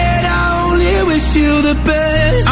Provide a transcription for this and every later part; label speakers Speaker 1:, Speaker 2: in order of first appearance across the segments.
Speaker 1: I only wish you the best.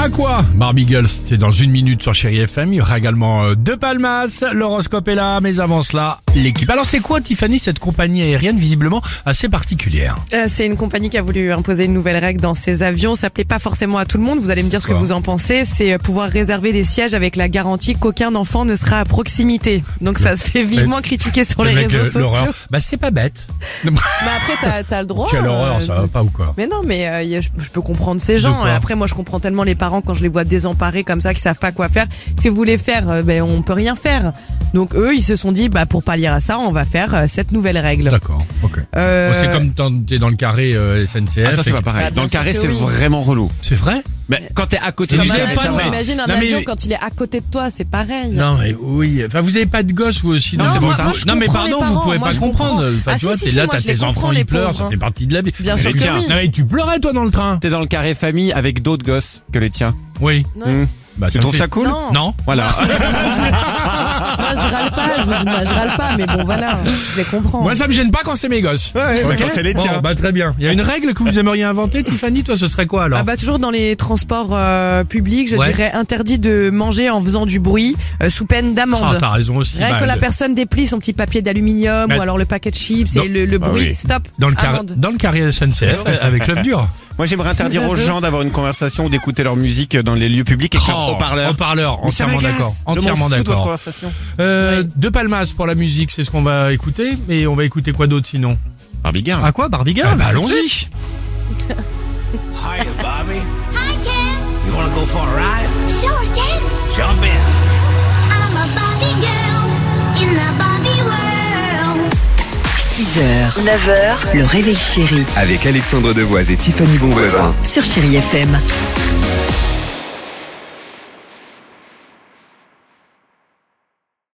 Speaker 2: À quoi Barbie Girls, c'est dans une minute sur Chéri FM. Il y aura également euh, De Palmas, l'horoscope est là, mais avant cela, l'équipe. Alors c'est quoi Tiffany, cette compagnie aérienne visiblement assez particulière
Speaker 3: Euh, C'est une compagnie qui a voulu imposer une nouvelle règle dans ses avions. Ça plaît pas forcément à tout le monde. Vous allez me dire ce que
Speaker 2: Quoi
Speaker 3: vous en pensez. C'est euh, pouvoir réserver des sièges avec la garantie qu'aucun enfant ne sera à proximité. Donc ça se fait vivement critiquer sur les
Speaker 2: Le mec,
Speaker 3: réseaux
Speaker 2: euh, l'horreur.
Speaker 3: sociaux.
Speaker 2: Bah c'est pas bête.
Speaker 3: Mais après, t'as- t'as le droit.
Speaker 2: Quelle
Speaker 3: euh,
Speaker 2: horreur, ça va pas ou quoi
Speaker 3: Mais non, mais euh, y a- je, je peux comprendre ces gens.
Speaker 2: quoi
Speaker 3: Après, moi, je comprends tellement les parents quand je les vois désemparés comme ça, qui savent pas quoi faire. Si vous voulez faire, euh, ben on peut rien faire. Donc eux, ils se sont dit, bah pour pallier à ça, on va faire euh, cette nouvelle règle.
Speaker 2: D'accord, ok.
Speaker 3: Euh,
Speaker 2: Bon, C'est comme t'en- t'es dans le carré euh, SNCF.
Speaker 4: Ah ça c'est pas
Speaker 3: Bah,
Speaker 4: pareil.
Speaker 3: bien
Speaker 4: Dans le
Speaker 3: sûr
Speaker 4: carré
Speaker 3: que
Speaker 4: c'est
Speaker 3: oui.
Speaker 4: vraiment relou.
Speaker 2: C'est vrai
Speaker 4: Mais quand t'es à côté
Speaker 2: C'est
Speaker 4: du
Speaker 2: comme
Speaker 4: carré,
Speaker 2: un
Speaker 4: ça
Speaker 2: avion,
Speaker 4: va.
Speaker 3: Imagine un
Speaker 2: Non, mais-
Speaker 3: avion quand il est à côté de toi, c'est pareil.
Speaker 2: Non mais oui. Enfin vous avez pas de gosse vous aussi.
Speaker 4: Non, c'est
Speaker 2: mais
Speaker 4: bon,
Speaker 2: vous-
Speaker 4: ça.
Speaker 2: non,
Speaker 4: Moi,
Speaker 3: je
Speaker 2: mais
Speaker 3: comprends
Speaker 2: pardon,
Speaker 3: les
Speaker 2: vous
Speaker 3: parents,
Speaker 2: pouvez
Speaker 3: moi,
Speaker 2: pas
Speaker 3: je
Speaker 2: comprendre.
Speaker 3: comprends.
Speaker 2: Enfin
Speaker 3: Ah,
Speaker 2: tu vois,
Speaker 3: si,
Speaker 2: t'es
Speaker 3: si,
Speaker 2: là,
Speaker 3: moi,
Speaker 2: t'as
Speaker 3: je les
Speaker 2: tes
Speaker 3: comprends,
Speaker 2: enfants,
Speaker 3: les
Speaker 2: ils pleurent,
Speaker 3: pauvres,
Speaker 2: ça
Speaker 3: hein.
Speaker 2: fait partie de la vie.
Speaker 3: Bien sûr
Speaker 2: Mais
Speaker 3: que
Speaker 2: tiens,
Speaker 3: oui.
Speaker 2: Non mais tu pleurais toi dans le train.
Speaker 4: T'es dans le carré famille avec d'autres gosses que les tiens.
Speaker 2: Oui.
Speaker 3: Ouais.
Speaker 4: Mmh.
Speaker 2: Bah
Speaker 4: Tu
Speaker 2: me
Speaker 4: trouves
Speaker 2: fait-
Speaker 4: ça cool
Speaker 3: Non.
Speaker 2: Non.
Speaker 4: Voilà.
Speaker 3: Moi, je râle pas, je, je- je râle pas, mais bon, voilà, je les comprends.
Speaker 2: Moi, ça me gêne pas quand c'est mes gosses.
Speaker 4: Ouais, mais
Speaker 2: Ok.
Speaker 4: quand c'est les
Speaker 2: Bon,
Speaker 4: tiens.
Speaker 2: bah très bien. Il y a une règle que vous aimeriez inventer, Tiffany. Toi, ce serait quoi alors
Speaker 3: Ah bah toujours dans les transports euh, publics, je
Speaker 2: Ouais.
Speaker 3: dirais interdit de manger en faisant du bruit euh, sous peine
Speaker 2: Ah,
Speaker 3: d'amende.
Speaker 2: t'as raison aussi.
Speaker 3: Rien
Speaker 2: Bah,
Speaker 3: que la
Speaker 2: le- Bah,
Speaker 3: personne déplie son petit papier d'aluminium
Speaker 2: Mais-
Speaker 3: ou alors le paquet de chips
Speaker 2: Non.
Speaker 3: et le, le
Speaker 4: Ah
Speaker 3: bruit,
Speaker 4: oui.
Speaker 3: stop,
Speaker 2: dans le, car...
Speaker 3: amende.
Speaker 2: dans le carré SNCF euh, avec l'œuf dur.
Speaker 4: Moi j'aimerais interdire aux gens d'avoir une conversation ou d'écouter leur musique dans les lieux publics et faire au
Speaker 2: Au
Speaker 4: parleur.
Speaker 2: parleur, Oh, entièrement d'accord. Entièrement d'accord.
Speaker 4: conversation.
Speaker 2: Euh,
Speaker 3: Oui.
Speaker 2: De Palmas pour la musique, c'est ce qu'on va écouter. Mais on va écouter quoi d'autre sinon
Speaker 4: Barbie Girl.
Speaker 2: À quoi Barbie Girl bah, Allons-y.
Speaker 1: Hiya, Bobby. Hi, Ken. You wanna go for a ride? Jump in.
Speaker 5: I'm a Barbie girl in the Barbie world.
Speaker 6: 6h, 9h, le réveil chéri
Speaker 7: Avec Alexandre Devoise et Tiffany Bonvoisin.
Speaker 6: sur Chéri FM.